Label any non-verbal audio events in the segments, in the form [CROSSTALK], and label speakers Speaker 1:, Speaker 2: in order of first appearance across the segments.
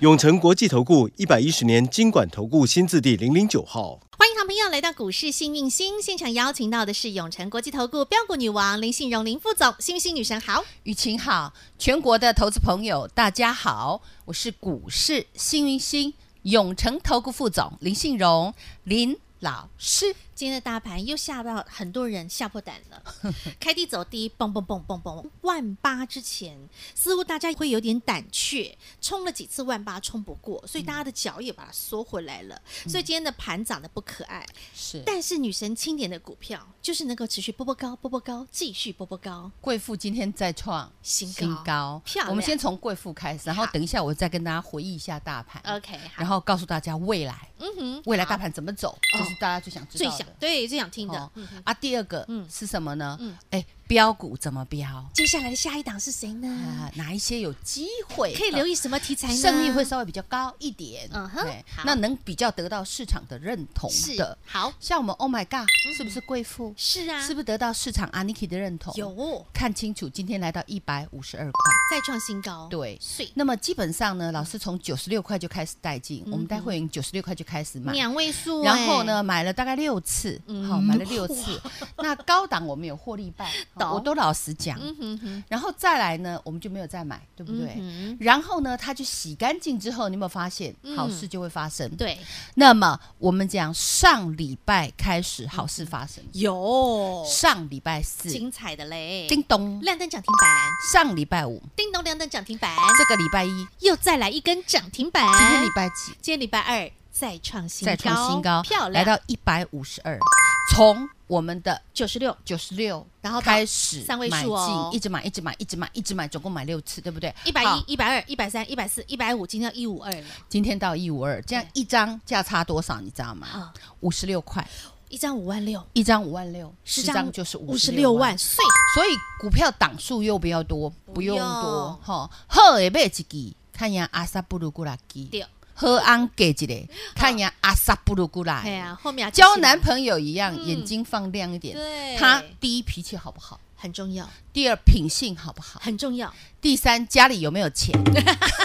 Speaker 1: 永诚国际投顾一百一十年经管投顾新字第零零九号。
Speaker 2: 欢迎好朋友来到股市幸运星现场，邀请到的是永诚国际投顾标股女王林信荣林副总，幸运星女神好。
Speaker 3: 雨晴好，全国的投资朋友大家好，我是股市幸运星永诚投顾副总林信荣林老师。
Speaker 2: 今天的大盘又吓到很多人吓破胆了，
Speaker 3: [LAUGHS]
Speaker 2: 开低走低，蹦蹦蹦蹦蹦，万八之前似乎大家会有点胆怯，冲了几次万八冲不过，所以大家的脚也把它缩回来了，
Speaker 3: 嗯
Speaker 2: 所以今天的盘涨得不可爱。
Speaker 3: 是
Speaker 2: 但是女神钦点的股票就是能够持续波波高，波波高，继续波波高，
Speaker 3: 贵妇今天再创
Speaker 2: 新高漂
Speaker 3: 漂
Speaker 2: 亮
Speaker 3: 我们先从贵妇开始，然后
Speaker 2: 好
Speaker 3: 等一下我再跟大家回忆一下大盘
Speaker 2: OK，好
Speaker 3: 然后告诉大家未来
Speaker 2: 嗯哼，
Speaker 3: 未来大
Speaker 2: 好
Speaker 3: 盘怎么走，这是大家最想知
Speaker 2: 最
Speaker 3: 道
Speaker 2: 想
Speaker 3: 的。
Speaker 2: 对最想听的
Speaker 3: 哦。
Speaker 2: 嗯哼
Speaker 3: 啊，第二个
Speaker 2: 嗯
Speaker 3: 是什么呢
Speaker 2: 嗯？
Speaker 3: 哎，标股怎么标？
Speaker 2: 接下来的下一档是谁呢？
Speaker 3: 啊，哪一些有机会
Speaker 2: 可以
Speaker 3: 的
Speaker 2: 留意什么题材呢？
Speaker 3: 胜率会稍微比较高一点，
Speaker 2: 嗯哼
Speaker 3: 对
Speaker 2: 好
Speaker 3: 那能比较得到市场的认同
Speaker 2: 是
Speaker 3: 的，
Speaker 2: 好
Speaker 3: 像我们 Oh my God，是不是贵妇？
Speaker 2: 是啊，
Speaker 3: 是不是得到市场 Aniki 的认同？
Speaker 2: 有哦
Speaker 3: 看清楚，今天来到一百五十二块，
Speaker 2: 再创新高？
Speaker 3: 对
Speaker 2: 所以
Speaker 3: 那么基本上呢，老师从九十六块就开始带进，
Speaker 2: 嗯
Speaker 3: 我们带会员九十六块就开始买。
Speaker 2: 两位数，哎
Speaker 3: 然后呢，？买了大概六次，
Speaker 2: 嗯
Speaker 3: 好，买
Speaker 2: [LAUGHS]
Speaker 3: 了六次。那高档我们有获利半，
Speaker 2: 懂
Speaker 3: 好我都老实讲。
Speaker 2: 嗯哼哼，
Speaker 3: 然后再来呢，我们就没有再买，对不对？
Speaker 2: 嗯
Speaker 3: 然后呢，它就洗干净之后，你有没有发现
Speaker 2: 嗯
Speaker 3: 好事就会发生？。
Speaker 2: 对，
Speaker 3: 那么我们讲上礼拜开始好事发生，
Speaker 2: 嗯有
Speaker 3: 上礼拜四
Speaker 2: 精彩的嘞，
Speaker 3: 叮咚，
Speaker 2: 亮灯涨停板，
Speaker 3: 上礼拜五，
Speaker 2: 叮咚亮灯涨停板，
Speaker 3: 这个礼拜一，
Speaker 2: 又再来一根涨停板。
Speaker 3: 今天礼拜几？
Speaker 2: 今天礼拜二哎再创新高，
Speaker 3: 再创新高，
Speaker 2: 漂亮，
Speaker 3: 来到一百五十二，从我们的
Speaker 2: 九十六，
Speaker 3: 九十六，
Speaker 2: 然后到
Speaker 3: 开始
Speaker 2: 三位
Speaker 3: 买
Speaker 2: 数哦
Speaker 3: 进一直买，一直买，一直买，一直买，总共买六次，对不对？
Speaker 2: 一百
Speaker 3: 好
Speaker 2: 一、一百二、一百三、一百四、一百五，今天要一五二了，
Speaker 3: 今天到一五二，这样一张价差多少？你知道吗
Speaker 2: 啊？
Speaker 3: 五十六块，
Speaker 2: 一张五万六，
Speaker 3: 一张五万六，
Speaker 2: 十
Speaker 3: 十
Speaker 2: 张
Speaker 3: 张就是
Speaker 2: 五
Speaker 3: 五
Speaker 2: 十
Speaker 3: 十
Speaker 2: 六
Speaker 3: 六
Speaker 2: 万
Speaker 3: 万。
Speaker 2: 碎，
Speaker 3: 所以股票档数又不要多，
Speaker 2: 不
Speaker 3: 不
Speaker 2: 用
Speaker 3: 用多哈。好的买一支，看人家阿萨布鲁古拉基；
Speaker 2: 对，
Speaker 3: 好安给一个，看人家阿萨布鲁古拉
Speaker 2: 哎。呀，后面要
Speaker 3: 交
Speaker 2: 记起来
Speaker 3: 男朋友一样，
Speaker 2: 嗯
Speaker 3: 眼睛放亮一点。
Speaker 2: 对
Speaker 3: 他第一脾气好不好？
Speaker 2: 很重
Speaker 3: [LAUGHS]
Speaker 2: 要，
Speaker 3: 第二品性好不好？
Speaker 2: 很重要，
Speaker 3: 第三家里有没有钱？
Speaker 2: [LAUGHS]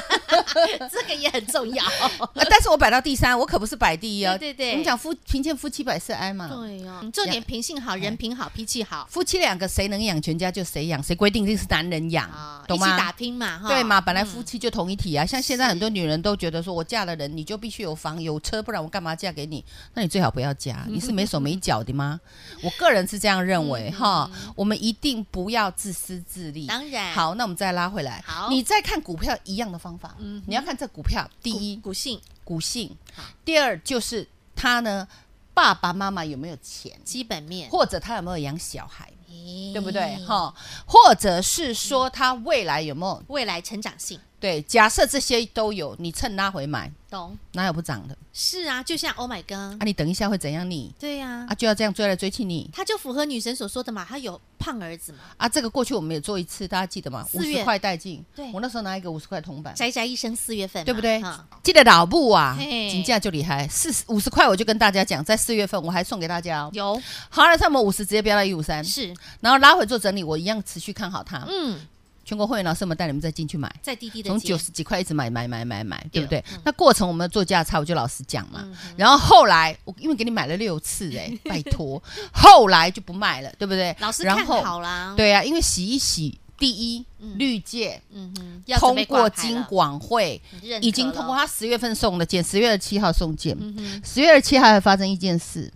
Speaker 2: 这个也很重
Speaker 3: [LAUGHS]
Speaker 2: 要。
Speaker 3: 啊但是我摆到第三，我可不是摆第一哦。
Speaker 2: 对对对
Speaker 3: 我们讲夫贫贱夫妻百事哀嘛。
Speaker 2: 对呀、重点品性
Speaker 3: 哎
Speaker 2: 好，人品好，脾气好
Speaker 3: 夫妻两个谁能养全家就谁养，谁规定这是男人养，
Speaker 2: 啊，一
Speaker 3: 懂
Speaker 2: 起
Speaker 3: 吗？
Speaker 2: 打拼嘛，哈，
Speaker 3: 对嘛？本来
Speaker 2: 嗯
Speaker 3: 夫妻就同一体啊，像现在很多女人都觉得说，我嫁了人，你就必须有房有车，不然我干嘛嫁给你？那你最好不要嫁，
Speaker 2: 嗯
Speaker 3: 你是没手没脚
Speaker 2: [LAUGHS]
Speaker 3: 的吗？我个人是这样认为哈，我们一定不要自私自利。
Speaker 2: 当然
Speaker 3: 好，那我们再拉回来，
Speaker 2: 好
Speaker 3: 你再看股票一样的方法，
Speaker 2: 嗯哼
Speaker 3: 你要看这股票，第
Speaker 2: 股
Speaker 3: 一
Speaker 2: 股性
Speaker 3: 股性
Speaker 2: 好，
Speaker 3: 第二就是他呢爸爸妈妈有没有钱，
Speaker 2: 基本面，
Speaker 3: 或者他有没有养小孩，
Speaker 2: 咦
Speaker 3: 对不对？哈，或者是说他未来有没有
Speaker 2: 未来成长性，
Speaker 3: 对，假设这些都有，你趁拉回买，
Speaker 2: 懂？
Speaker 3: 哪有不涨的？
Speaker 2: 是啊，就像 Oh my
Speaker 3: 啊，
Speaker 2: God，
Speaker 3: 你等一下会怎样你？
Speaker 2: 对呀、
Speaker 3: 啊，就要这样追来追去你
Speaker 2: 他就符合女神所说的嘛，他有胖儿子嘛，
Speaker 3: 啊！这个过去我们也做一次，大家记得吗？五
Speaker 2: 四月
Speaker 3: 十块带进，
Speaker 2: 对
Speaker 3: 我那时候拿一个五十块铜板，
Speaker 2: 宅宅一生四月份嘛，
Speaker 3: 对不对
Speaker 2: 哈？
Speaker 3: 记得老布啊，
Speaker 2: 嘿
Speaker 3: 金价就厉害，四五十块我就跟大家讲，在四月份我还送给大家哦。
Speaker 2: 有
Speaker 3: 好了，上我五十直接飙到一五三，
Speaker 2: 是，
Speaker 3: 然后拉回做整理，我一样持续看好它。
Speaker 2: 嗯，
Speaker 3: 全国会员老师，我们带你们再进去买。
Speaker 2: 在滴滴的
Speaker 3: 从
Speaker 2: 接
Speaker 3: 九十几块一直买买买买买，
Speaker 2: 对嗯
Speaker 3: 对不对？那过程我们做价差，我就老实讲嘛。然后后来我因为给你买了六次
Speaker 2: [LAUGHS]
Speaker 3: 哎、拜托，后来就不卖了，对不对？
Speaker 2: 老师
Speaker 3: 然
Speaker 2: 看
Speaker 3: 后
Speaker 2: 好啦，，
Speaker 3: 对啊，因为洗一洗，第一、绿界
Speaker 2: 嗯哼，要准
Speaker 3: 通
Speaker 2: 备
Speaker 3: 过
Speaker 2: 挂牌
Speaker 3: 金
Speaker 2: 了
Speaker 3: 管会，
Speaker 2: 认
Speaker 3: 已
Speaker 2: 可
Speaker 3: 经
Speaker 2: 了
Speaker 3: 通过他十月份送的件，十月二七号送件，
Speaker 2: 嗯哼
Speaker 3: 十、月二七号还发生一件事，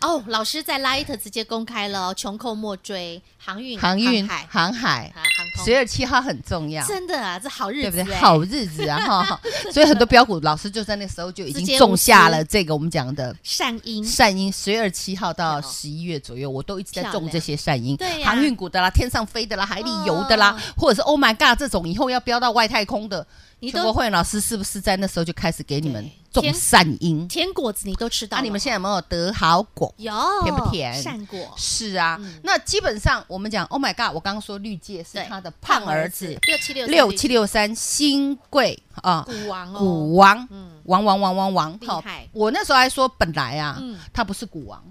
Speaker 2: 哦，老师在 Light 直接公开了哦，穷寇莫追，航运、
Speaker 3: 航运、
Speaker 2: 海、
Speaker 3: 航海，
Speaker 2: 啊航空，
Speaker 3: 十月二七号很重要。
Speaker 2: 真的啊，这好日
Speaker 3: 对
Speaker 2: 子，
Speaker 3: 不对？
Speaker 2: 哎
Speaker 3: 好日子啊
Speaker 2: [LAUGHS]
Speaker 3: 哈！所以很多标股老师就在那时候就已
Speaker 2: 直接
Speaker 3: 经种下
Speaker 2: 无
Speaker 3: 了
Speaker 2: 私
Speaker 3: 这个我们讲的
Speaker 2: 善因，
Speaker 3: 善因十月二七号到
Speaker 2: 对哦
Speaker 3: 十一月左右，我都一直在
Speaker 2: 漂
Speaker 3: 种
Speaker 2: 亮
Speaker 3: 这些善因，
Speaker 2: 对呀哦
Speaker 3: 航运股的啦，天上飞的啦，海里游的啦，或者是 Oh my God 这种以后要飙到外太空的，
Speaker 2: 你
Speaker 3: 邱国
Speaker 2: 都
Speaker 3: 慧老师是不是在那时候就开始给你们
Speaker 2: 对
Speaker 3: 种善因？
Speaker 2: 甜果子你都吃到
Speaker 3: 那、
Speaker 2: 了，
Speaker 3: 啊你们现在有没有得好果？
Speaker 2: 有
Speaker 3: 甜不甜
Speaker 2: 善果
Speaker 3: 是啊，那基本上我们讲，Oh my God，我刚刚说绿界是
Speaker 2: 嗯对
Speaker 3: 他的胖儿子
Speaker 2: 六七六
Speaker 3: 六七六三新贵啊，
Speaker 2: 股王哦，
Speaker 3: 股王
Speaker 2: 嗯
Speaker 3: 王王王王王，
Speaker 2: 厉
Speaker 3: 好
Speaker 2: 害
Speaker 3: 我那时候还说本来啊
Speaker 2: 嗯，
Speaker 3: 他不是股王，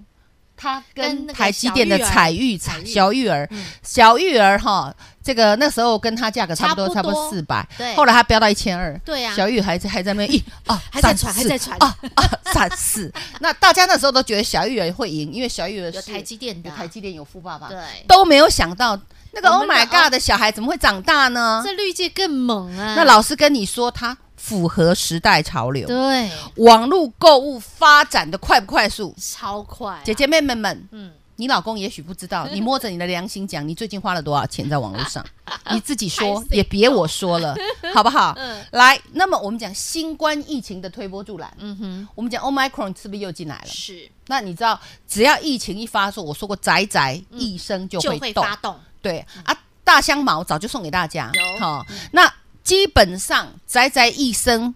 Speaker 3: 他
Speaker 2: 跟
Speaker 3: 跟
Speaker 2: 那个
Speaker 3: 台积电的
Speaker 2: 小玉儿
Speaker 3: 彩玉
Speaker 2: 彩玉
Speaker 3: 小玉儿
Speaker 2: 嗯
Speaker 3: 小玉儿哈，这个那时候跟他价格差不多，
Speaker 2: 差
Speaker 3: 差
Speaker 2: 不多
Speaker 3: 不多四百
Speaker 2: 对，
Speaker 3: 后来他飙到一千二。
Speaker 2: 对呀、
Speaker 3: 小玉还在还在那边，咦啊，
Speaker 2: [LAUGHS] 还在
Speaker 3: 三
Speaker 2: 传
Speaker 3: 四
Speaker 2: 还在传
Speaker 3: 啊啊，三
Speaker 2: [LAUGHS]
Speaker 3: 四。那大家那时候都觉得小玉儿会赢，因为小玉儿
Speaker 2: 有
Speaker 3: 是
Speaker 2: 台积电的
Speaker 3: 有
Speaker 2: 啊，
Speaker 3: 台积电有富爸爸，
Speaker 2: 对，
Speaker 3: 都没有想到那个
Speaker 2: 我
Speaker 3: Oh
Speaker 2: 们的
Speaker 3: my
Speaker 2: Oh-
Speaker 3: God 的小孩怎么会长大呢？
Speaker 2: 这绿界更猛啊。
Speaker 3: 啊那老师跟你说，它符合时代潮流，
Speaker 2: 对
Speaker 3: 网络购物发展的快不快速？
Speaker 2: 超快啊、
Speaker 3: 姐姐妹妹们，
Speaker 2: 嗯，
Speaker 3: 你老公也许不知
Speaker 2: [LAUGHS]
Speaker 3: 道，你摸着你的良心讲，你最近花了多少钱在网络上？你自己说
Speaker 2: 还，是
Speaker 3: 也别我说
Speaker 2: [LAUGHS]
Speaker 3: 了，好不好？
Speaker 2: 嗯
Speaker 3: 来，那么我们讲新冠疫情的推波助澜，
Speaker 2: 嗯哼，
Speaker 3: 我们讲 Omicron 是不是又进来了？
Speaker 2: 是
Speaker 3: 那你知道，只要疫情一发作，我说过宅宅一生就
Speaker 2: 嗯就
Speaker 3: 会
Speaker 2: 会
Speaker 3: 动，
Speaker 2: 发动，
Speaker 3: 对啊，大香茅早就送给大家
Speaker 2: 有，嗯
Speaker 3: 好、那基本上宅宅一生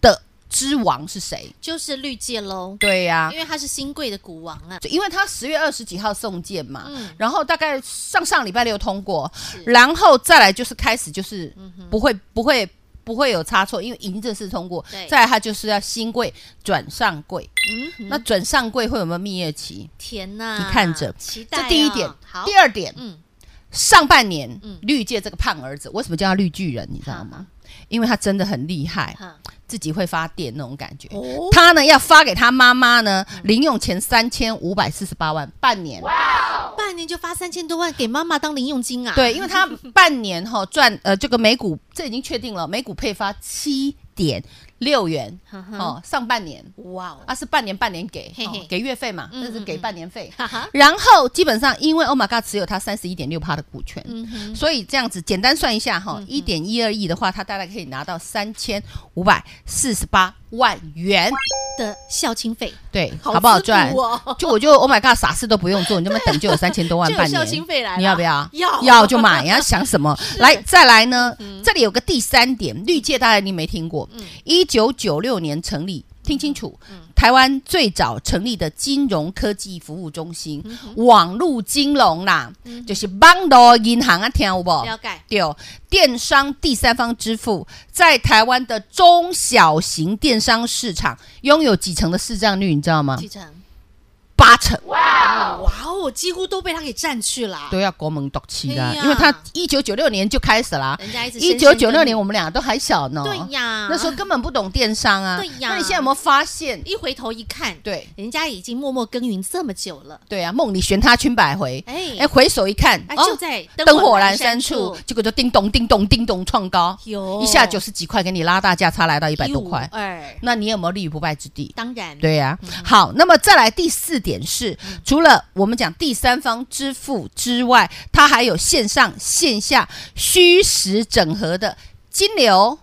Speaker 3: 的之王是谁？
Speaker 2: 就是绿界喽，
Speaker 3: 对呀、
Speaker 2: 因为他是新贵的股王啊。
Speaker 3: 就因为他十月二十几号送件嘛，
Speaker 2: 嗯
Speaker 3: 然后大概上上礼拜六通过，
Speaker 2: 是嗯
Speaker 3: 然后再来就是开始就是不会、不会不会有差错，因为已经正式通过
Speaker 2: 对，
Speaker 3: 再来他就是要新贵转上柜，
Speaker 2: 嗯哼，
Speaker 3: 那转上柜会有没有蜜月期？
Speaker 2: 甜呐、
Speaker 3: 你看着
Speaker 2: 期待、啊哦
Speaker 3: 这第一点，
Speaker 2: 好，
Speaker 3: 第二点，
Speaker 2: 嗯，
Speaker 3: 上半年，
Speaker 2: 嗯
Speaker 3: 绿界这个胖儿子，为什么叫他绿巨人？你知道
Speaker 2: 哈
Speaker 3: 吗？因为他真的很厉害，
Speaker 2: 哈，
Speaker 3: 自己会发电那种感觉。
Speaker 2: 哦，嗯
Speaker 3: 他呢要发给他妈妈呢零用钱三千五百四十八万，半年。
Speaker 2: 半年就发三千多万给妈妈当零用金啊，，
Speaker 3: 对，因为他半年哈赚呃这个每股，这已经确定了，每股配发七点六元
Speaker 2: 哈哈
Speaker 3: 哦，上半年
Speaker 2: 哇哦，
Speaker 3: 啊是半年半年给
Speaker 2: 嘿
Speaker 3: 哦
Speaker 2: 嘿
Speaker 3: 给月费嘛，
Speaker 2: 嗯
Speaker 3: 那是
Speaker 2: 嗯
Speaker 3: 给
Speaker 2: 嗯
Speaker 3: 半年费。
Speaker 2: 哈哈，
Speaker 3: 然后基本上因为 Oh my God 持有他三十一点六趴的股权，
Speaker 2: 嗯哼，嗯
Speaker 3: 所以这样子简单算一下哈，一点一二亿的话，他大概可以拿到三千五百四十八万元，
Speaker 2: 的孝亲费，
Speaker 3: 对，好不好赚
Speaker 2: 滋？补哦，
Speaker 3: 就我就 Oh my God，啥事都不用做，你这么等就有三千多
Speaker 2: [LAUGHS]
Speaker 3: 万
Speaker 2: 就有
Speaker 3: 半
Speaker 2: 孝心
Speaker 3: 年。
Speaker 2: 费来了，
Speaker 3: 你要不要？
Speaker 2: 要
Speaker 3: [LAUGHS]
Speaker 2: 嗯
Speaker 3: 要就买呀！想什么？来，再来呢？这里有个第三点，绿界大概你没听过。一九九六年成立，听清楚，
Speaker 2: 嗯
Speaker 3: 台湾最早成立的金融科技服务中心，
Speaker 2: 嗯
Speaker 3: 网络金融啦，就是网络银行啊，听有无？
Speaker 2: 了解，
Speaker 3: 对，电商第三方支付在台湾的中小型电商市场拥有几成的市占率，你知道吗？
Speaker 2: 继承，
Speaker 3: 八成
Speaker 2: 哇哦，几乎都被他给占去了，
Speaker 3: 都要国门独起啦
Speaker 2: 哎，呀
Speaker 3: 因为他一九九六年就开始啦，
Speaker 2: 人家一直
Speaker 3: 一
Speaker 2: 深
Speaker 3: 九
Speaker 2: 深
Speaker 3: 九
Speaker 2: 跟
Speaker 3: 六
Speaker 2: 你
Speaker 3: 年我们俩都还小呢，
Speaker 2: 对呀，
Speaker 3: 哦那时候根本不懂电商啊。
Speaker 2: 对呀
Speaker 3: 那你现在有没有发现？
Speaker 2: 一回头一看，，
Speaker 3: 对
Speaker 2: 人家已经默默耕耘这么久了，
Speaker 3: 对啊，梦里悬他千百回，
Speaker 2: 哎
Speaker 3: 哎，回首一看，
Speaker 2: 哎，
Speaker 3: 哦
Speaker 2: 就在
Speaker 3: 灯火阑珊处，结果就叮咚叮咚叮咚创高，
Speaker 2: 有
Speaker 3: 一下九十几块给你拉大价差来到一百多块，
Speaker 2: 二，
Speaker 3: 那你有没有立于不败之地？
Speaker 2: 当然，
Speaker 3: 对呀、好，那么再来第四点是，除了我们讲第三方支付之外，它还有线上线下虚实整合的金流、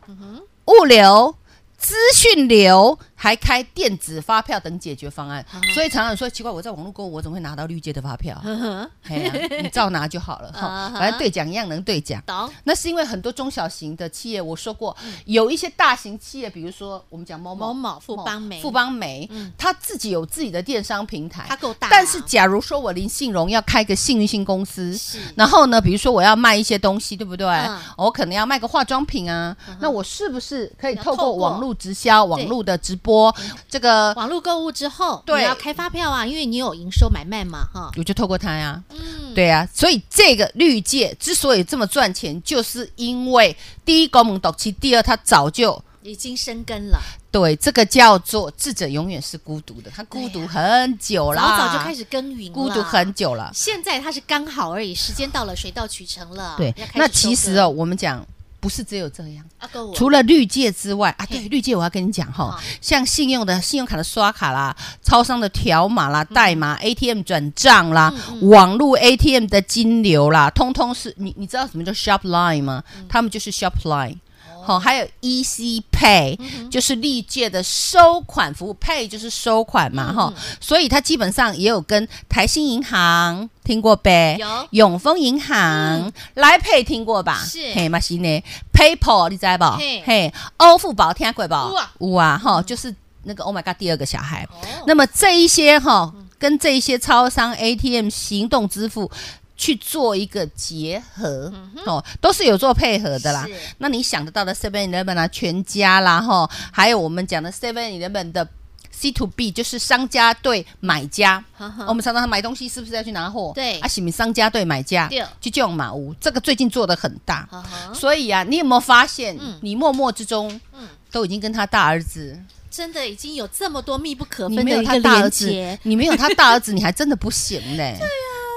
Speaker 3: 物流、资讯流，还开电子发票等解决方案。所以常常说奇怪，我在网络购物，我怎么会拿到绿界的发票？
Speaker 2: 呵呵，
Speaker 3: 哎呀、你照拿就好了
Speaker 2: 啊
Speaker 3: 哈，
Speaker 2: 哈
Speaker 3: 反正兑奖一样能兑奖。
Speaker 2: 懂，
Speaker 3: 那是因为很多中小型的企业，我说过，有一些大型企业，比如说我们讲某
Speaker 2: 某
Speaker 3: 某
Speaker 2: 某富邦美
Speaker 3: 哦富邦媒
Speaker 2: 嗯，
Speaker 3: 它自己有自己的电商平台
Speaker 2: 它，够大啊，
Speaker 3: 但是假如说我林信荣要开个幸运星公司。
Speaker 2: 是
Speaker 3: 然后呢，比如说我要卖一些东西，对不对？
Speaker 2: 嗯
Speaker 3: 我可能要卖个化妆品啊，那我是不是可以
Speaker 2: 要
Speaker 3: 透
Speaker 2: 透
Speaker 3: 过
Speaker 2: 过
Speaker 3: 网络直销、网络的直播，
Speaker 2: 嗯
Speaker 3: 这个
Speaker 2: 网络购物之后，
Speaker 3: 对
Speaker 2: 你要开发票啊，因为你有营收买卖嘛，哈，
Speaker 3: 我就透过它呀？
Speaker 2: 嗯，
Speaker 3: 对呀、所以这个绿界之所以这么赚钱，就是因为第一高猛斗气，第二它早就
Speaker 2: 已经生根了，
Speaker 3: 对，这个叫做智者永远是孤独的，他孤独很久
Speaker 2: 早
Speaker 3: 啦，
Speaker 2: 啊早就开始耕耘了，
Speaker 3: 孤独很久了。
Speaker 2: 现在它是刚好而已，时间到了，水到渠成了。
Speaker 3: 对
Speaker 2: 要开，始
Speaker 3: 那其
Speaker 2: 收
Speaker 3: 实
Speaker 2: 割
Speaker 3: 哦，我们讲不是只有这样，
Speaker 2: 啊，够我
Speaker 3: 除了绿界之外啊，对
Speaker 2: 嘿
Speaker 3: 绿界我要跟你讲哈
Speaker 2: 好，
Speaker 3: 像信用的信用卡的刷卡啦，超商的条码
Speaker 2: 嗯
Speaker 3: 啦、代码、ATM 转账啦、网络
Speaker 2: 嗯
Speaker 3: ATM
Speaker 2: 哦
Speaker 3: 的金流啦，通通是你你知道什么叫 Shop Line 吗？他们就是 Shop Line。好，还有 EC Pay，就是
Speaker 2: 嗯
Speaker 3: 历届的收款服务，Pay 就是收款嘛，
Speaker 2: 嗯
Speaker 3: 哈，所以它基本上也有跟台新银行听过呗，
Speaker 2: 有嗯
Speaker 3: 永丰银行、来 Pay 听过吧，
Speaker 2: 是
Speaker 3: 嘿嘛是呢，PayPal 你知不？
Speaker 2: 嘿
Speaker 3: 嘿，欧付宝听过不？
Speaker 2: 有啊
Speaker 3: 有啊，哈，就是那个 Oh my God 第二个小孩，
Speaker 2: 哦
Speaker 3: 那么这一些哈，跟这一些超商 ATM 行动支付去做一个结合，哦，都是有做配合的啦
Speaker 2: 嗯是。
Speaker 3: 那你想得到的 Seven Eleven 啊，全家啦，哈，还有我们讲的 Seven Eleven 的 C to B，就是商家对买家。
Speaker 2: 呵呵
Speaker 3: 我们常常买东西是不是要去拿货？
Speaker 2: 对
Speaker 3: 啊，是不是商家对买家
Speaker 2: 对？
Speaker 3: 去这种嘛，屋这个最近做的很大。
Speaker 2: 呵呵
Speaker 3: 所以啊，你有没有发现
Speaker 2: 嗯，
Speaker 3: 你默默之中
Speaker 2: 嗯，
Speaker 3: 都已经跟他大儿子
Speaker 2: 真的已经有这么多密不可
Speaker 3: 你
Speaker 2: 分
Speaker 3: 没有
Speaker 2: 的一个
Speaker 3: 他大儿
Speaker 2: 连
Speaker 3: 子
Speaker 2: 接，。
Speaker 3: 你没有他大儿子，你还真的不行呢、 [LAUGHS]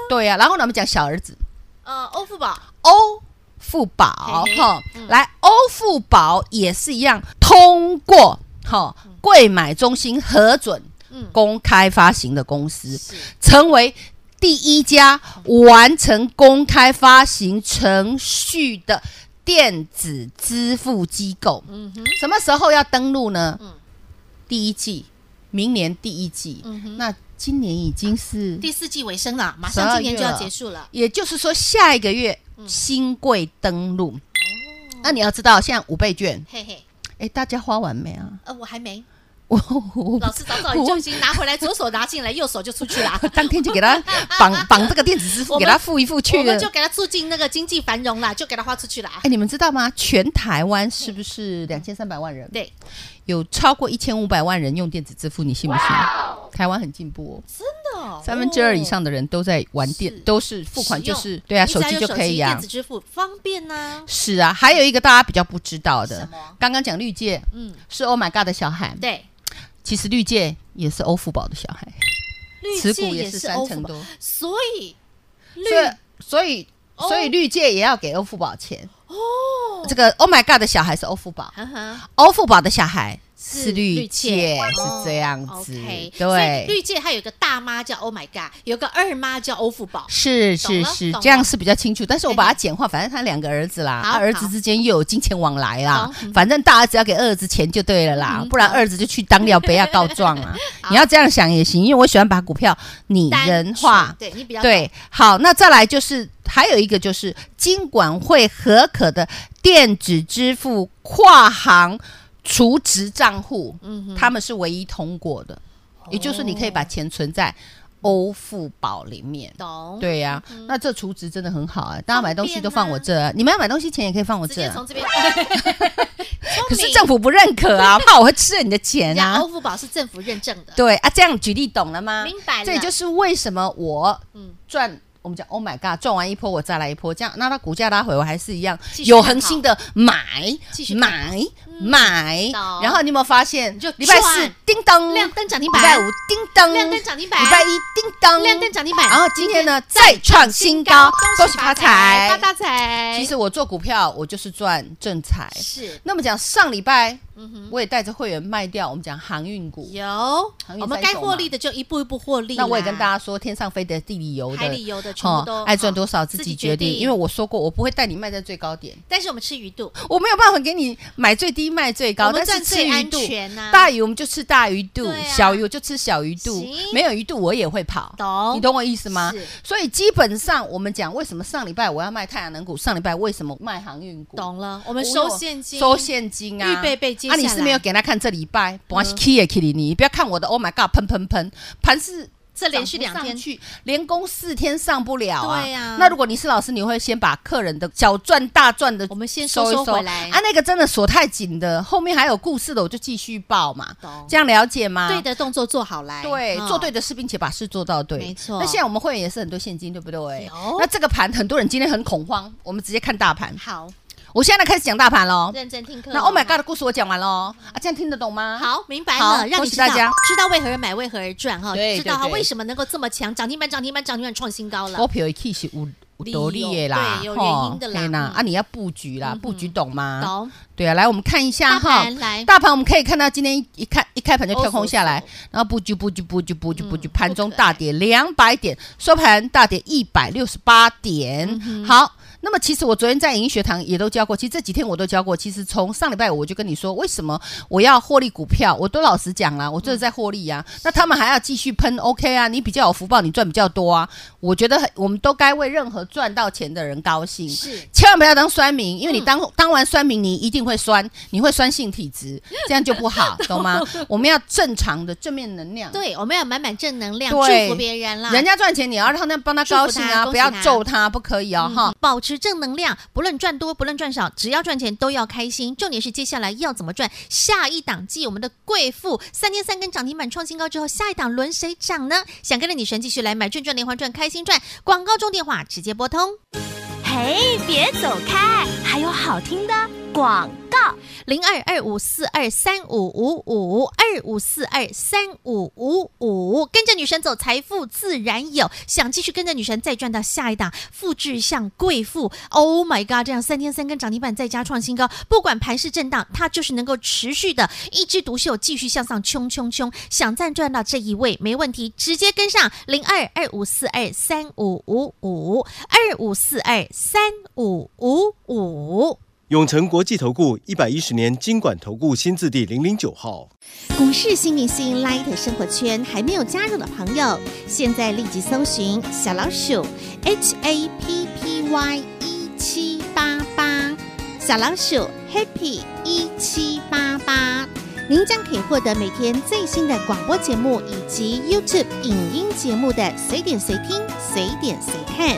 Speaker 3: 对呀、啊然后呢，我们讲小儿子
Speaker 2: 呃，欧付宝
Speaker 3: 欧富宝
Speaker 2: 嘿嘿
Speaker 3: 哈
Speaker 2: 嗯，
Speaker 3: 来欧富宝也是一样，通过哈贵买中心核准
Speaker 2: 嗯
Speaker 3: 公开发行的公司，
Speaker 2: 是
Speaker 3: 成为第一家完成公开发行程序的电子支付机构。
Speaker 2: 嗯哼
Speaker 3: 什么时候要登录呢？
Speaker 2: 嗯
Speaker 3: 第一季，明年第一季。
Speaker 2: 嗯哼，
Speaker 3: 那今年已经是，
Speaker 2: 第四季尾声了，马上今年就要结束了，
Speaker 3: 也就是说下一个月
Speaker 2: 嗯
Speaker 3: 新贵登录。
Speaker 2: 哦
Speaker 3: 那你要知道，现在五倍券，
Speaker 2: 嘿嘿。
Speaker 3: 哎，大家花完没啊？
Speaker 2: 呃，我还没，
Speaker 3: 我我
Speaker 2: 老师早早就已经拿回来，左手拿进来，右手就出去了。
Speaker 3: 当天就给他 [LAUGHS] 绑绑这个电子支付，
Speaker 2: 我
Speaker 3: 给
Speaker 2: 们
Speaker 3: 他付一付去
Speaker 2: 我
Speaker 3: 了
Speaker 2: 们。就给他促进那个经济繁荣啦，就给他花出去了啊。
Speaker 3: 哎，你们知道吗？全台湾是不是两千三百万人？
Speaker 2: 对，
Speaker 3: 有超过一千五百万人用电子支付，你信不信？台湾很进步哦。
Speaker 2: 哦
Speaker 3: 三分之二以上的人都在玩电
Speaker 2: 是，
Speaker 3: 都是付款，
Speaker 2: 使
Speaker 3: 就
Speaker 2: 用
Speaker 3: 是对啊，
Speaker 2: 哦你
Speaker 3: 手
Speaker 2: 只要
Speaker 3: 机
Speaker 2: 有
Speaker 3: 就可以啊
Speaker 2: 电子。支付方便呐。
Speaker 3: 是啊，还有一个大家比较不知道的
Speaker 2: 什么，
Speaker 3: 刚刚讲绿界
Speaker 2: 嗯，
Speaker 3: 是 Oh my God 的小孩，
Speaker 2: 对，
Speaker 3: 其实绿界也是欧富宝的小孩，
Speaker 2: 绿
Speaker 3: 持
Speaker 2: 界
Speaker 3: 股
Speaker 2: 也
Speaker 3: 也是
Speaker 2: 是
Speaker 3: 三
Speaker 2: 欧
Speaker 3: 成
Speaker 2: 付宝，
Speaker 3: 多，
Speaker 2: 所以绿
Speaker 3: 所以所以
Speaker 2: 哦
Speaker 3: 所以绿界也要给欧富宝钱哦。这个 Oh my God 的小孩是欧富宝，
Speaker 2: 哈哈
Speaker 3: 欧富宝的小孩是
Speaker 2: 嗯
Speaker 3: 绿
Speaker 2: 绿
Speaker 3: 界，
Speaker 2: 哦
Speaker 3: 是这样子
Speaker 2: OK，，所以
Speaker 3: 对。
Speaker 2: 绿界它有个大妈叫 Oh my God，有个二妈叫欧付宝。
Speaker 3: 是
Speaker 2: 懂
Speaker 3: 是
Speaker 2: 了
Speaker 3: 是，
Speaker 2: 懂
Speaker 3: 这样是比较清楚。但是我把
Speaker 2: 嘿
Speaker 3: 它
Speaker 2: 嘿
Speaker 3: 简化，反正他两个儿子啦，
Speaker 2: 好
Speaker 3: 他儿子
Speaker 2: 好
Speaker 3: 之间又有金钱往来啦
Speaker 2: 懂嗯，
Speaker 3: 反正大儿子要给二儿子钱就对了啦，不然二儿子就去当廖北亚告
Speaker 2: [LAUGHS]
Speaker 3: 状啊。你要这样想也行，因为我喜欢把股票拟
Speaker 2: 单
Speaker 3: 人
Speaker 2: 纯
Speaker 3: 化。
Speaker 2: 对你比较
Speaker 3: 对，好，那再来就是还有一个就是金管会合可的电子支付跨行储值账户，
Speaker 2: 嗯哼
Speaker 3: 他们是唯一通过的，也就是说你可以把钱存在欧付宝里面。
Speaker 2: 懂，
Speaker 3: 对呀、那这储值真的很好啊、大家买东西都放
Speaker 2: 嗯
Speaker 3: 我
Speaker 2: 方
Speaker 3: 这啊、你们要买东西钱也可以放我
Speaker 2: 直
Speaker 3: 这
Speaker 2: 接
Speaker 3: 啊、
Speaker 2: 从这边。
Speaker 3: [LAUGHS] 可是政府不认可
Speaker 2: [LAUGHS]
Speaker 3: 啊，怕我会吃了你的钱
Speaker 2: 人家
Speaker 3: 啊
Speaker 2: 欧。付宝是政府认证的，
Speaker 3: 对啊，这样举例懂了吗？
Speaker 2: 明白了。
Speaker 3: 这也就是为什么我
Speaker 2: 嗯
Speaker 3: 赚。我们讲 Oh my God，赚完一波我再来一波，这样那它股价拉回我还是一样
Speaker 2: 继续
Speaker 3: 有
Speaker 2: 看
Speaker 3: 恒
Speaker 2: 好
Speaker 3: 心的买
Speaker 2: 继续看嗯
Speaker 3: 买买
Speaker 2: 懂。
Speaker 3: 然后你有没有发现，
Speaker 2: 就
Speaker 3: 礼拜四
Speaker 2: 赚
Speaker 3: 叮当
Speaker 2: 亮灯涨停
Speaker 3: 礼拜
Speaker 2: 板
Speaker 3: 五，叮当
Speaker 2: 亮灯涨停板
Speaker 3: 礼拜一叮当
Speaker 2: 亮灯涨停板
Speaker 3: 然后今天呢再创新高，恭喜发财，
Speaker 2: 发大财。
Speaker 3: 其实我做股票，我就是赚正财。
Speaker 2: 是
Speaker 3: 那么讲上礼拜，
Speaker 2: 嗯
Speaker 3: 我也带着会员卖掉我们讲航运股，
Speaker 2: 有
Speaker 3: 航运三雄嘛
Speaker 2: 我们该获利的就一步一步获利啦。
Speaker 3: 那我也跟大家说，天上飞的，地里游
Speaker 2: 海
Speaker 3: 的
Speaker 2: 里，游的全部都
Speaker 3: 哦，爱赚多少
Speaker 2: 哦
Speaker 3: 自己决定。因为我说过，我不会带你卖在最高点，
Speaker 2: 但是我们吃鱼肚，
Speaker 3: 我没有办法给你买最低卖最
Speaker 2: 我
Speaker 3: 高，
Speaker 2: 们
Speaker 3: 但
Speaker 2: 赚
Speaker 3: 是吃
Speaker 2: 最
Speaker 3: 鱼
Speaker 2: 安
Speaker 3: 肚。
Speaker 2: 全呐。
Speaker 3: 大鱼我们就吃大鱼肚，
Speaker 2: 对啊
Speaker 3: 小鱼我就吃小鱼肚
Speaker 2: 行，
Speaker 3: 没有鱼肚我也会跑，
Speaker 2: 懂
Speaker 3: 你懂我意思吗
Speaker 2: 是？
Speaker 3: 所以基本上我们讲，为什么上礼拜我要卖太阳能股，上礼拜为什么卖航运股？
Speaker 2: 懂了，我
Speaker 3: 我
Speaker 2: 们收现金，
Speaker 3: 哦收现金啊，
Speaker 2: 预备被接
Speaker 3: 啊，
Speaker 2: 下来
Speaker 3: 你是没有给他看这礼拜，不管是 key 也 key 你，不要看我的 Oh my God，喷喷喷，盘是。
Speaker 2: 这连续两天
Speaker 3: 去，连攻四天上不了啊！
Speaker 2: 对啊
Speaker 3: 那如果你是老师，你会先把客人的小赚大赚的，
Speaker 2: 我们先
Speaker 3: 收
Speaker 2: 收
Speaker 3: 一
Speaker 2: 收回来
Speaker 3: 啊。那个真的锁太紧的，后面还有故事的，我就继续报嘛。
Speaker 2: 懂
Speaker 3: 这样了解吗？
Speaker 2: 对的动作做好来，
Speaker 3: 啊对，
Speaker 2: 嗯
Speaker 3: 做对的事，并且把事做到对，
Speaker 2: 没错
Speaker 3: 那现在我们会员也是很多现金，对不对
Speaker 2: 有？
Speaker 3: 那这个盘很多人今天很恐慌，我们直接看大盘。
Speaker 2: 好，
Speaker 3: 我现在开始讲大盘喽。
Speaker 2: 认真听课。
Speaker 3: 哦那 Oh my God 的故事我讲完喽，啊，这样听得懂
Speaker 2: 啊
Speaker 3: 吗？，
Speaker 2: 好，明白
Speaker 3: 好
Speaker 2: 了，让
Speaker 3: 恭
Speaker 2: 你
Speaker 3: 喜
Speaker 2: 知道
Speaker 3: 大家
Speaker 2: 知道为何而买，为何而赚哈，
Speaker 3: 对
Speaker 2: 知道
Speaker 3: 对
Speaker 2: 它
Speaker 3: 对哦
Speaker 2: 为什么能够这么强，涨停板、涨停板、涨停板创新高
Speaker 3: 股
Speaker 2: 了。
Speaker 3: 票的 K 是有有道理的啦，
Speaker 2: 理由对有
Speaker 3: 吼
Speaker 2: 原因的啦
Speaker 3: 嘿呐
Speaker 2: 嗯
Speaker 3: 啊，你要布局啦，布局懂吗？
Speaker 2: 懂，
Speaker 3: 对啊，来我们看一下
Speaker 2: 大
Speaker 3: 哈
Speaker 2: 盘，来
Speaker 3: 大盘我们可以看到今天一一开一开盘就跳空下
Speaker 2: 哦
Speaker 3: 来
Speaker 2: 嗖嗖，
Speaker 3: 然后布局布局布局布局布局，
Speaker 2: 嗯
Speaker 3: 盘中
Speaker 2: 不可爱
Speaker 3: 大跌两百点，收盘大跌一百六十八点。好，那么其实我昨天在银学堂也都教过，其实这几天我都教过。其实从上礼拜五我就跟你说，为什么我要获利股票？我都老实讲啦，我这是在获利呀、那他们还要继续喷，OK 啊？你比较有福报，你赚比较多啊。我觉得很我们都该为任何赚到钱的人高兴。
Speaker 2: 是
Speaker 3: 千万不要当酸民，因为你
Speaker 2: 嗯
Speaker 3: 当、当完酸民，你一定会酸，你会酸性体质，
Speaker 2: [LAUGHS]
Speaker 3: 这样就不好，懂吗？我们要正常的正面能量。
Speaker 2: 对，我们要满满正能量，祝
Speaker 3: 对
Speaker 2: 福别人啦。
Speaker 3: 人家赚钱，你要让他帮他
Speaker 2: 祝福
Speaker 3: 高兴
Speaker 2: 他
Speaker 3: 啊，
Speaker 2: 恭
Speaker 3: 不
Speaker 2: 喜
Speaker 3: 要
Speaker 2: 他
Speaker 3: 咒他，不可以哦，哈
Speaker 2: 嗯。保持正能量，不论赚多不论赚少，只要赚钱都要开心。重点是接下来要怎么赚？下一档继我们的贵妇三天三根涨停板创新高之后，下一档轮谁涨呢？想跟着女神继续来买赚赚连环赚，开心赚。广告中电话直接拨通
Speaker 4: 嘿，别走开，还有好听的广告。
Speaker 2: 零二二五四二三五五五二五四二三五五五，跟着女神走，财富自然有。想继续跟着女神再赚到下一档，复制像贵妇，Oh my god！这样三天三根涨停板再加创新高，不管盘势震荡，它就是能够持续的一枝独秀，继续向上冲冲冲。想再赚到这一位没问题，直接跟上零二二五四二三五五五二五四二三五五五。
Speaker 1: 永诚国际投顾一百一十年金管投顾新字第零零九号。
Speaker 2: 股市新明星 Light 生活圈还没有加入的朋友，现在立即搜寻小老鼠 HAPPY 一七八八，小老鼠 Happy 一七八八，您将可以获得每天最新的广播节目以及 YouTube 影音节目的随点随听、随点随看。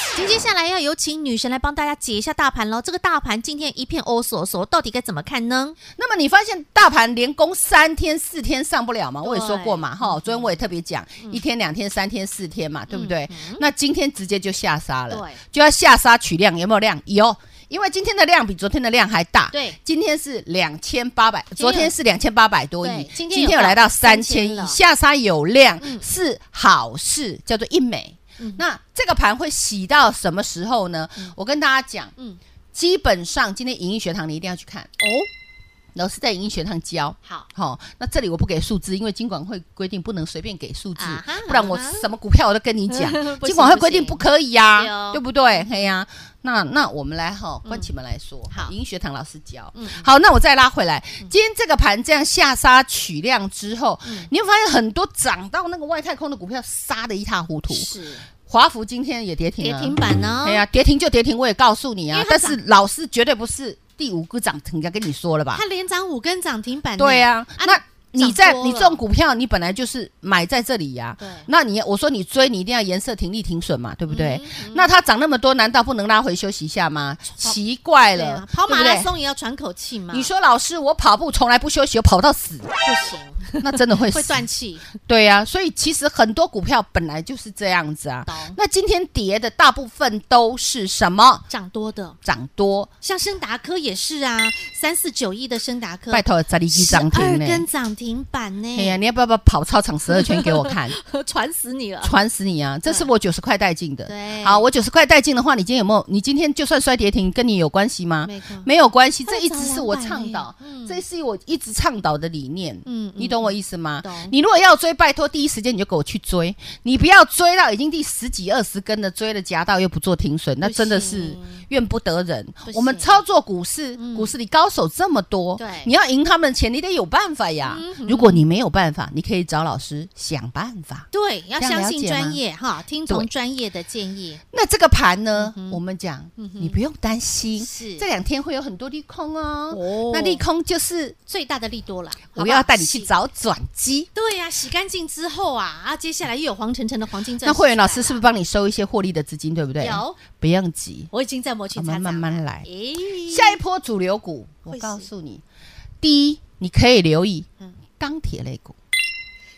Speaker 2: 紧接下来要有请女神来帮大家解一下大盘喽。这个大盘今天一片欧索索，到底该怎么看呢？
Speaker 3: 那么你发现大盘连攻三天四天上不了嘛？我也说过嘛，
Speaker 2: 对嗯
Speaker 3: 哈，昨天我也特别讲，一天、两天、三天、四天嘛，对不对？那今天直接就下杀了
Speaker 2: 嗯对，
Speaker 3: 就要下杀取量，有没有量？有，因为今天的量比昨天的量还大。
Speaker 2: 对
Speaker 3: 今天是两千八百，
Speaker 2: 天有
Speaker 3: 昨天是两千八百多
Speaker 2: 对
Speaker 3: 亿，
Speaker 2: 今
Speaker 3: 今
Speaker 2: 天有
Speaker 3: 天有来到三
Speaker 2: 3000
Speaker 3: 千
Speaker 2: 了
Speaker 3: 亿，下杀有量
Speaker 2: 嗯
Speaker 3: 是好事，叫做一美。那这个盘会洗到什么时候呢？我跟大家讲，
Speaker 2: 嗯
Speaker 3: 基本上今天盈利学堂你一定要去看哦，老师在盈利学堂教。
Speaker 2: 好，
Speaker 3: 好、那这里我不给数字，因为金管会规定不能随便给数字，
Speaker 2: 啊哈
Speaker 3: 不然我
Speaker 2: 啊哈
Speaker 3: 什么股票我都跟你讲
Speaker 2: [LAUGHS] 不行，
Speaker 3: 金管会规定不可以呀、
Speaker 2: 不行对哦
Speaker 3: 对不对？嘿呀、那那我们来哈，关起门来说，
Speaker 2: 嗯好
Speaker 3: 银学堂老师教，
Speaker 2: 嗯
Speaker 3: 好，那我再拉回来，今天这个盘这样下杀取量之后，
Speaker 2: 嗯
Speaker 3: 你会发现很多涨到那个外太空的股票杀的一塌糊涂，
Speaker 2: 是
Speaker 3: 华孚今天也跌停
Speaker 2: 跌
Speaker 3: 了，
Speaker 2: 停板哦呢、
Speaker 3: 哎呀、跌停就跌停，我也告诉你
Speaker 2: 因
Speaker 3: 啊
Speaker 2: 为，它
Speaker 3: 但
Speaker 2: 涨
Speaker 3: 是老师绝对不是第五个涨停，要跟你说了吧？
Speaker 2: 它连涨五根涨停板呢，啊
Speaker 3: 啊对呀、那你在你这种
Speaker 2: 种
Speaker 3: 股票，你本来就是买在这里呀、
Speaker 2: 对
Speaker 3: 那你我说你追，你一定要颜色停利停损嘛，对不对？
Speaker 2: 嗯
Speaker 3: 那它涨那么多，难道不能拉回休息一下吗？奇怪
Speaker 2: 对
Speaker 3: 了，
Speaker 2: 啊，跑马
Speaker 3: 对不对
Speaker 2: 拉松也要喘口气嘛，
Speaker 3: 你说老师，我跑步从来不休息，我跑到死，
Speaker 2: 不行，
Speaker 3: 那真的会死
Speaker 2: [LAUGHS] 会断气，
Speaker 3: 对呀、所以其实很多股票本来就是这样子啊
Speaker 2: 懂。
Speaker 3: 那今天跌的大部分都是什么？
Speaker 2: 涨多的。
Speaker 3: 涨多，
Speaker 2: 像深达科也是啊，三四九亿的深达科，
Speaker 3: 拜托，再一
Speaker 2: 十
Speaker 3: 涨停
Speaker 2: 二
Speaker 3: 呢？
Speaker 2: 根涨停板
Speaker 3: 哎呀，
Speaker 2: [LAUGHS] 呢，
Speaker 3: 你要不要不要跑操场十二圈给我看？
Speaker 2: 传死你了。
Speaker 3: 传死你啊！这是我九十块带进的。
Speaker 2: 对
Speaker 3: 好，我九十块带进的话，你今天有没有？你今天就算摔跌停，跟你有关系吗？
Speaker 2: 没错
Speaker 3: 没有关系，
Speaker 2: 它
Speaker 3: 这
Speaker 2: 会
Speaker 3: 一直是我
Speaker 2: 涨200
Speaker 3: 倡导
Speaker 2: 耶嗯，
Speaker 3: 这是我一直倡导的理念。
Speaker 2: 嗯
Speaker 3: 嗯
Speaker 2: 嗯，
Speaker 3: 你懂我意思吗
Speaker 2: 懂？
Speaker 3: 你如果要追，拜托第一时间你就给我去追，你不要追到已经第十几二十根的追了夹到又不做停损，那
Speaker 2: 不
Speaker 3: 真的是
Speaker 2: 行
Speaker 3: 怨不得人
Speaker 2: 不。
Speaker 3: 我们
Speaker 2: 行嗯
Speaker 3: 操作股市，股市里高手这么多，
Speaker 2: 对嗯
Speaker 3: 你要赢他们的钱，你得有办法呀。如果你没有办法，你可以找老师想办法。
Speaker 2: 对，要
Speaker 3: 这样
Speaker 2: 相
Speaker 3: 了
Speaker 2: 信
Speaker 3: 解
Speaker 2: 专
Speaker 3: 吗
Speaker 2: 业哈，听
Speaker 3: 对
Speaker 2: 从专业的建议。
Speaker 3: 那这个盘呢，
Speaker 2: 嗯
Speaker 3: 我们讲，你不用担心，
Speaker 2: 是
Speaker 3: 这两天会有很多利空哦。
Speaker 2: 哦
Speaker 3: 那利空就是
Speaker 2: 最大的利多了，好
Speaker 3: 我
Speaker 2: 不
Speaker 3: 要
Speaker 2: 好
Speaker 3: 带你去。
Speaker 2: 洗
Speaker 3: 找转机。
Speaker 2: 对呀、洗干净之后啊，啊，接下来又有黄澄澄的黄金钻石出来
Speaker 3: 那
Speaker 2: 了。
Speaker 3: 会员老师是不是帮你收一些获利的资金，对不对？
Speaker 2: 有，
Speaker 3: 不用急，
Speaker 2: 我已经在摩拳
Speaker 3: 我
Speaker 2: 擦
Speaker 3: 们
Speaker 2: 掌
Speaker 3: 慢慢来。
Speaker 2: 咦，
Speaker 3: 下一波主流股，
Speaker 2: 会
Speaker 3: 我
Speaker 2: 是
Speaker 3: 告诉你，第一，你可以留意
Speaker 2: 嗯
Speaker 3: 钢铁类股。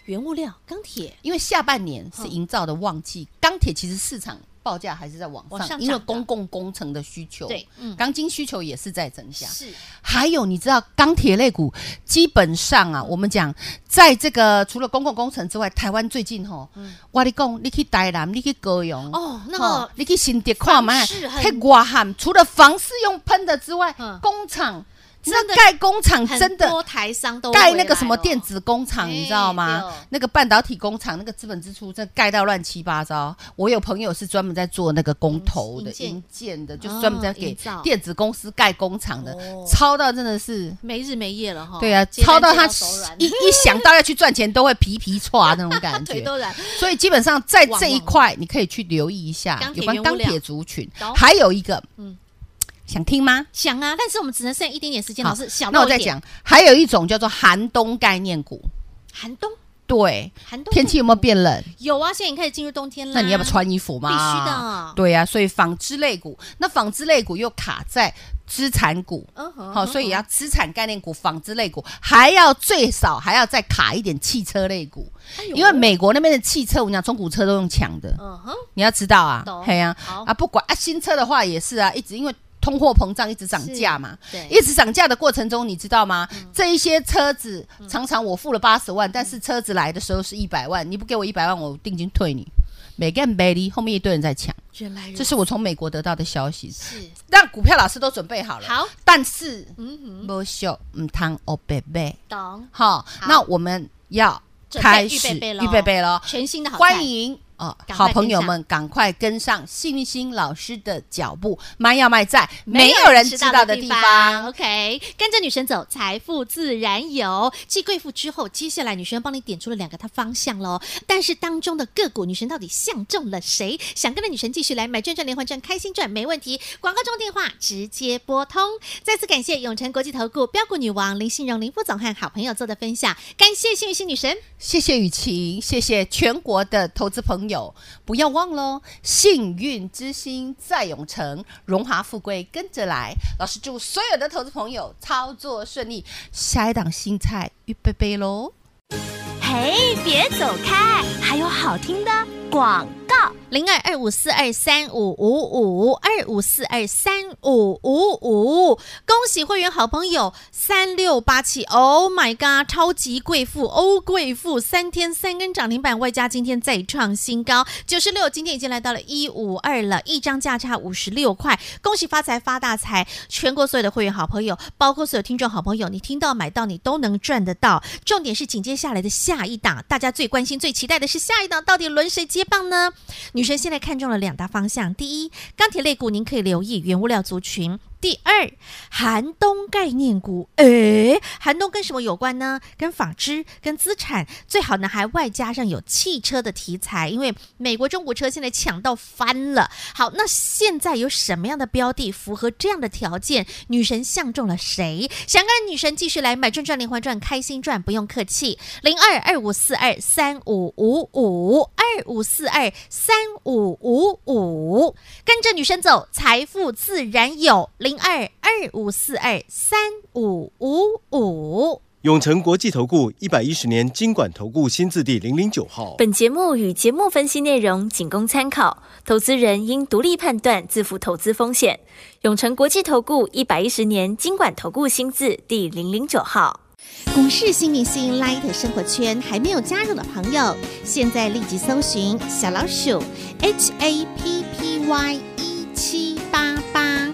Speaker 2: 原物料钢铁嗯
Speaker 3: 因为下半年是营造的旺季，钢铁其实市场报价还是在往上，
Speaker 2: 往上
Speaker 3: 因为
Speaker 2: 涨的
Speaker 3: 公共工程的需求，
Speaker 2: 对，嗯，
Speaker 3: 钢筋需求也是在增加。
Speaker 2: 是
Speaker 3: 还有，你知道钢铁类股基本上啊，我们讲在这个除了公共工程之外，台湾最近吼，我跟你讲，你去台南，你去高雄，
Speaker 2: 嗯哦，那
Speaker 3: 吼
Speaker 2: 个
Speaker 3: 你去新店看嘛，
Speaker 2: 房市很
Speaker 3: 太外汉除了房市用喷的之外，
Speaker 2: 嗯
Speaker 3: 工厂
Speaker 2: 真
Speaker 3: 那
Speaker 2: 的
Speaker 3: 盖工厂嗯真
Speaker 2: 很
Speaker 3: 的
Speaker 2: 多台商都
Speaker 3: 盖
Speaker 2: 回
Speaker 3: 那个什么
Speaker 2: 来哦了
Speaker 3: 电子工厂，你知
Speaker 2: 哎
Speaker 3: 道
Speaker 2: 对
Speaker 3: 吗？那个半导体工厂，那个资本支出真的盖到乱七八糟。我有朋友是专门在做那个工头的
Speaker 2: 营、建
Speaker 3: 营建的，就
Speaker 2: 哦
Speaker 3: 专门在给
Speaker 2: 营造
Speaker 3: 电子公司盖工厂的
Speaker 2: 哦，
Speaker 3: 超到真的是。
Speaker 2: 没日没夜了哈，
Speaker 3: 对啊，
Speaker 2: 接单
Speaker 3: 超到
Speaker 2: 接
Speaker 3: 他
Speaker 2: 手软
Speaker 3: 一 [LAUGHS] 一想到要去赚钱，都会皮皮抓
Speaker 2: [LAUGHS]
Speaker 3: 那种感
Speaker 2: 腿
Speaker 3: 觉。
Speaker 2: 都软，
Speaker 3: 所以基本上在这
Speaker 2: 旺旺
Speaker 3: 一块，你可以去留意一下
Speaker 2: 钢铁
Speaker 3: 有关
Speaker 2: 原物
Speaker 3: 钢
Speaker 2: 料
Speaker 3: 铁族群
Speaker 2: 懂。
Speaker 3: 还有一个，
Speaker 2: 嗯
Speaker 3: 嗯，想听吗？
Speaker 2: 想啊，但是我们只能剩一点点时间，哎
Speaker 3: 好
Speaker 2: 老师小
Speaker 3: 那我
Speaker 2: 漏一
Speaker 3: 再
Speaker 2: 点
Speaker 3: 讲，还有一种叫做寒冬概念股。
Speaker 2: 寒冬，
Speaker 3: 对，
Speaker 2: 寒冬
Speaker 3: 天气有没有变冷？
Speaker 2: 有啊，现在你开始进入冬天了，
Speaker 3: 那你要不要？穿衣服嘛？
Speaker 2: 必须的
Speaker 3: 对呀、啊所以纺织类股，那纺织类股又卡在资产股。
Speaker 2: 嗯哼，
Speaker 3: 好、所以也要啊资产概念股、纺织类股，还要最少还要再卡一点汽车类股，
Speaker 2: 哎呦
Speaker 3: 因为美国那边的汽车，我跟你讲中古车都用抢的，
Speaker 2: 嗯哼，
Speaker 3: 你要知道啊
Speaker 2: 懂，
Speaker 3: 嘿呀、
Speaker 2: 好
Speaker 3: 啊，不管啊，新车的话也是啊，一直因为通货膨胀一直涨价嘛，
Speaker 2: 对，嗯
Speaker 3: 一直涨价的过程中，你知道吗？这一些车子常常我付了八十万，但是车子来的时候是一百万，你不给我一百万，我定金退你。每个人 b 后面一堆人在抢，
Speaker 2: 原来如
Speaker 3: 这
Speaker 2: 此
Speaker 3: 是我从美国得到的消息。
Speaker 2: 是
Speaker 3: 让股票老师都准备好了，
Speaker 2: 好，
Speaker 3: 但是
Speaker 2: 嗯哼，
Speaker 3: 不秀唔汤哦，贝贝，
Speaker 2: 懂，
Speaker 3: 好，那我们要开始
Speaker 2: 准备预备备咯
Speaker 3: 咯
Speaker 2: 全新的好菜
Speaker 3: 欢迎哦，
Speaker 2: 赶快
Speaker 3: 好朋友们，赶快跟上幸运星老师的脚步，卖要卖在没有
Speaker 2: 有
Speaker 3: 人知道的地方。
Speaker 2: OK，跟着女神走，财富自然有。继贵妇之后，接下来女神帮你点出了两个她方向喽。但是当中的个股，女神到底相中了谁？想跟着女神继续来买赚赚连环赚，开心赚没问题。广告中电话直接拨通。再次感谢永诚国际投顾标股女王林信荣林副总和好朋友做的分享，感谢幸运星女神。
Speaker 3: 谢谢雨晴，谢谢全国的投资朋友，不要忘喽！幸运之星在永城，荣华富贵跟着来。老师祝所有的投资朋友操作顺利，下一档新菜预备备喽！
Speaker 4: 嘿，别走开，还有好听的广告。
Speaker 2: 零二二五四二三五五五二五四二三五五五，恭喜会员好朋友三六八七，Oh my god，超级贵妇欧贵妇三天三根涨停板，外加今天再创新高九十六，今天已经来到了一五二了，一张价差五十六块，恭喜发财发大财！全国所有的会员好朋友，包括所有听众好朋友，你听到买到你都能赚得到。重点是紧接下来的下一档，大家最关心、最期待的是下一档到底轮谁接棒呢？女神现在看中了两大方向：第一，钢铁类股您可以留意原物料族群；第二，寒冬概念股。诶，寒冬跟什么有关呢？跟纺织、跟资产，最好呢还外加上有汽车的题材，因为美国中国车现在抢到翻了。好，那现在有什么样的标的符合这样的条件？女神相中了谁？想跟女神继续来买赚赚连环赚，开心赚，不用客气。零二二五四二三五五五二五四二三五五五，跟着女神走，财富自然有。零二二五四二三五五五。
Speaker 1: 永诚国际投顾一百一十年金管投顾新字第零零九号。
Speaker 5: 本节目与节目分析内容仅供参考，投资人应独立判断，自负投资风险。永诚国际投顾一百一十年经管投顾新字第零零九号。
Speaker 2: 股市新明星 Light 生活圈还没有加入的朋友，现在立即搜寻小老鼠 HAPPY 一七八八，